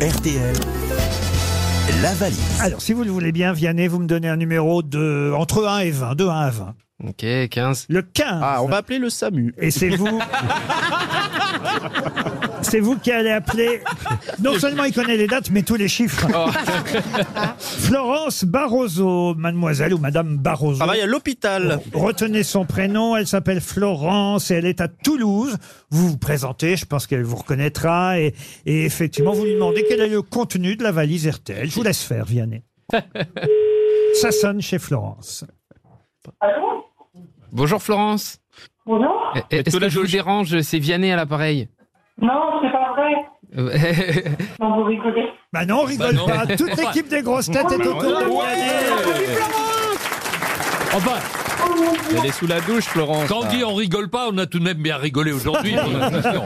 RTL, la valise. Alors, si vous le voulez bien, Vianney, vous me donnez un numéro de entre 1 et 20, de 1 à 20. Ok, 15. Le 15. Ah, on va appeler le SAMU. Et c'est vous. c'est vous qui allez appeler. Non seulement il connaît les dates, mais tous les chiffres. Florence Barroso, mademoiselle ou madame Barroso. Ah bah, Travaille à l'hôpital. Retenez son prénom, elle s'appelle Florence et elle est à Toulouse. Vous vous présentez, je pense qu'elle vous reconnaîtra. Et, et effectivement, vous lui demandez quel est le contenu de la valise RTL. Je vous laisse faire, Vianney. Ça sonne chez Florence. Allô Bonjour Florence. Bonjour Eh, eh, Est-ce que je vous dérange C'est Vianney à l'appareil. Non, c'est pas vrai. Euh, Non, vous rigolez. Bah non, on rigole pas. Toute l'équipe des grosses têtes est autour de Vianney. Elle est sous la douche, Florence. Quand on dit on rigole pas, on a tout de même bien rigolé aujourd'hui. pour la question.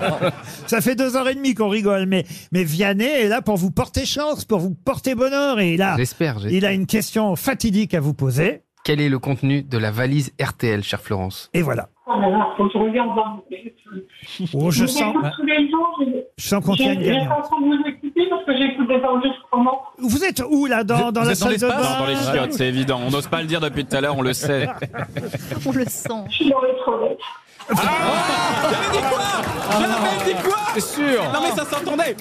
Ça fait deux heures et demie qu'on rigole, mais, mais Vianney est là pour vous porter chance, pour vous porter bonheur. Et il a, Ah. J'espère. j'espère. il a une question fatidique à vous poser. Quel est le contenu de la valise RTL, chère Florence Et voilà. Oh là là, faut que je regarde dans mon téléphone. Oh, je vous sens, écoute tous les jours. je- je sens qu'on j'ai- tient une J'étais gagnante. en train de vous écouter parce que j'écoute des enregistrements. Vous êtes où là dans, dans la salle de bain Dans les chiottes, c'est évident. On n'ose pas le dire depuis tout à l'heure, on le sait. On le sent. Je suis dans les toilettes. J'avais dit quoi C'est sûr. Non mais ça s'entendait.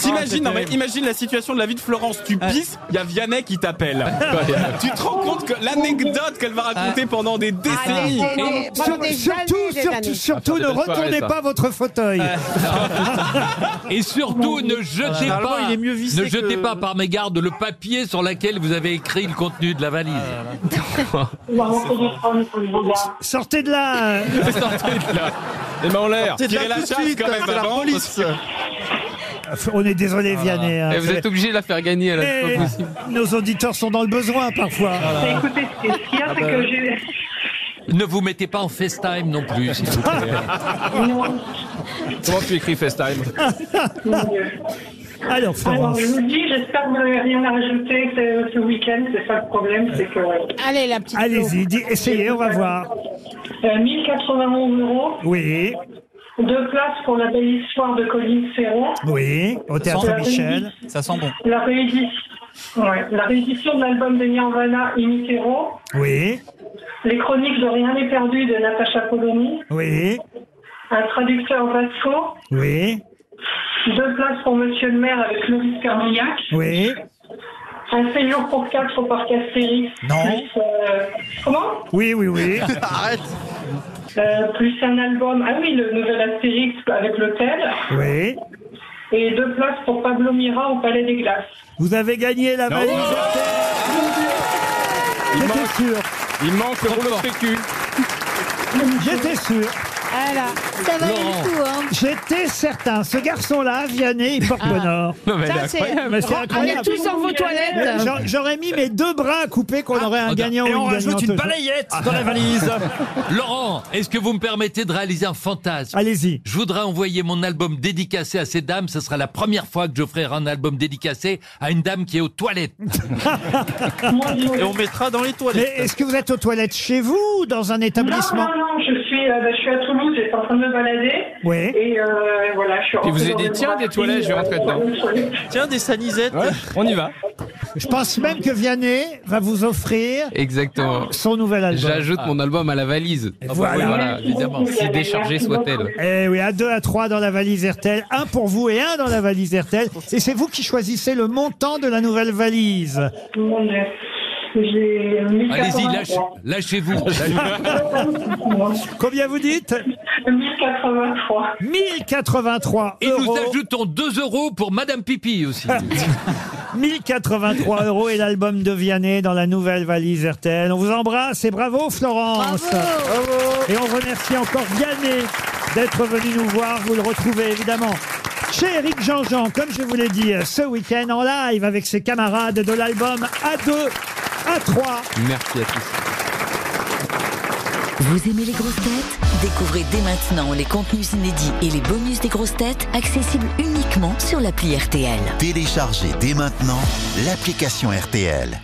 T'imagines, non mais imagine la situation de la vie de Florence. Tu pisses, il y a Vianney qui t'appelle. tu te rends compte que l'anecdote qu'elle va raconter pendant des Ah, décennies. Et- Ah, Sur- Moi, j'ai jamais surtout, les surtout, années. surtout, ne belles soirées, retournez Ah, ça. Ah. pas votre fauteuil. Et surtout, ne jetez Normalement, pas, il est mieux vissé ne jetez que- pas par mégarde le papier sur lequel vous avez écrit le contenu de la valise. Dans mon téléphone, faut que je regarde. Sortez de là. euh, Eh ben, on l'air. Tirer la chasse quand même avant. parce que- On est désolé, Vianney. hein, Ah. Et Eh, vous c'est- êtes obligé de la faire gagner à la c'est Mais pas possible. nos auditeurs sont dans le besoin parfois. Mais Bah, Écoutez, ce qui est- ce ah qu'il y a, bah, c'est euh, que j'ai. Ne vous mettez pas en FaceTime non plus. s'il vous plaît. ah bah, Non, Comment tu écris FaceTime mon Dieu. Alors, Alors, Florence. je vous le dis, j'espère que vous n'avez rien à rajouter que ce week-end. C'est ça le problème, c'est que. Allez, la petite. Allez-y, dis- essayez, on va voir. Euh, 1091 euros, Oui, deux places pour la belle histoire de Colline Ferrand. oui, au théâtre Michel. Ça sent bon. La, réédi- ouais, la réédition de l'album de Nirvana In Utero, Oui, les chroniques de Rien n'est perdu de Natacha Polony, oui, un traducteur Vasco, oui, deux places pour Monsieur le maire avec Loris Carmillac, oui. un séjour pour quatre au parc Astérix. Non. plus, euh, comment Oui, oui, oui. Euh, Plus un album, ah oui, le nouvel Astérix avec l'hôtel, Oui. et deux places pour Pablo Mira au Palais des Glaces. Vous avez gagné la valise. RTL. J'étais sûr. Il manque le rouleau de PQ. J'étais sûr. Voilà. Ça valait Laurent. le coup, hein. J'étais certain. Ce garçon-là, Vianney, il porte bonheur. Ah, Non, mais elle est Ça, Ah, c'est. Mais c'est Allez incroyable. tous dans vos toilettes. J'a- Ah. J'aurais mis mes deux bras à couper qu'on aurait un gagnant. Et ou on une rajoute une gagnante. balayette dans la valise. Laurent, est-ce que vous me permettez de réaliser un fantasme Allez-y. Je voudrais envoyer mon album dédicacé à ces dames. Ce sera la première fois que j'offrirai un album dédicacé à une dame qui est aux toilettes. Mon Dieu. Et on mettra dans les Mais toilettes. est-ce que vous êtes aux toilettes chez vous ou dans un Non, établissement non, non, je suis, euh, bah, je suis à Toulouse, j'étais en train de me balader. Oui. Et euh, voilà, je suis rentrée vous avez dans dit, les tiens, des brasseries, toilettes, je vais euh, rentrer dans dedans. les toilettes. Tiens, des sanisettes. On y va. Je pense même que Vianney va vous offrir Exactement. Ah. son nouvel album. J'ajoute mon album à la valise. Voilà. Voilà, évidemment. Si déchargée soit-elle. Eh oui, à deux, à trois dans la valise RTL. Un pour vous et un dans la valise RTL. Et c'est vous qui choisissez le montant de la nouvelle valise. Mon Dieu. J'ai Allez-y, 1083. lâche- lâchez-vous. Combien vous dites 1083. 1083 Et nous euros. ajoutons 2 euros pour Madame Pipi aussi. 1083 euros et l'album de Vianney dans la nouvelle valise RTL. On vous embrasse et bravo Florence. Et on remercie encore Vianney d'être venu nous voir. Vous le retrouvez évidemment chez Eric Jean-Jean, comme je vous l'ai dit euh, ce week-end en live avec ses camarades de l'album A2, A3. Merci à tous. Vous aimez les grosses têtes Découvrez dès maintenant les contenus inédits et les bonus des grosses têtes accessibles uniquement sur l'appli RTL. Téléchargez dès maintenant l'application RTL.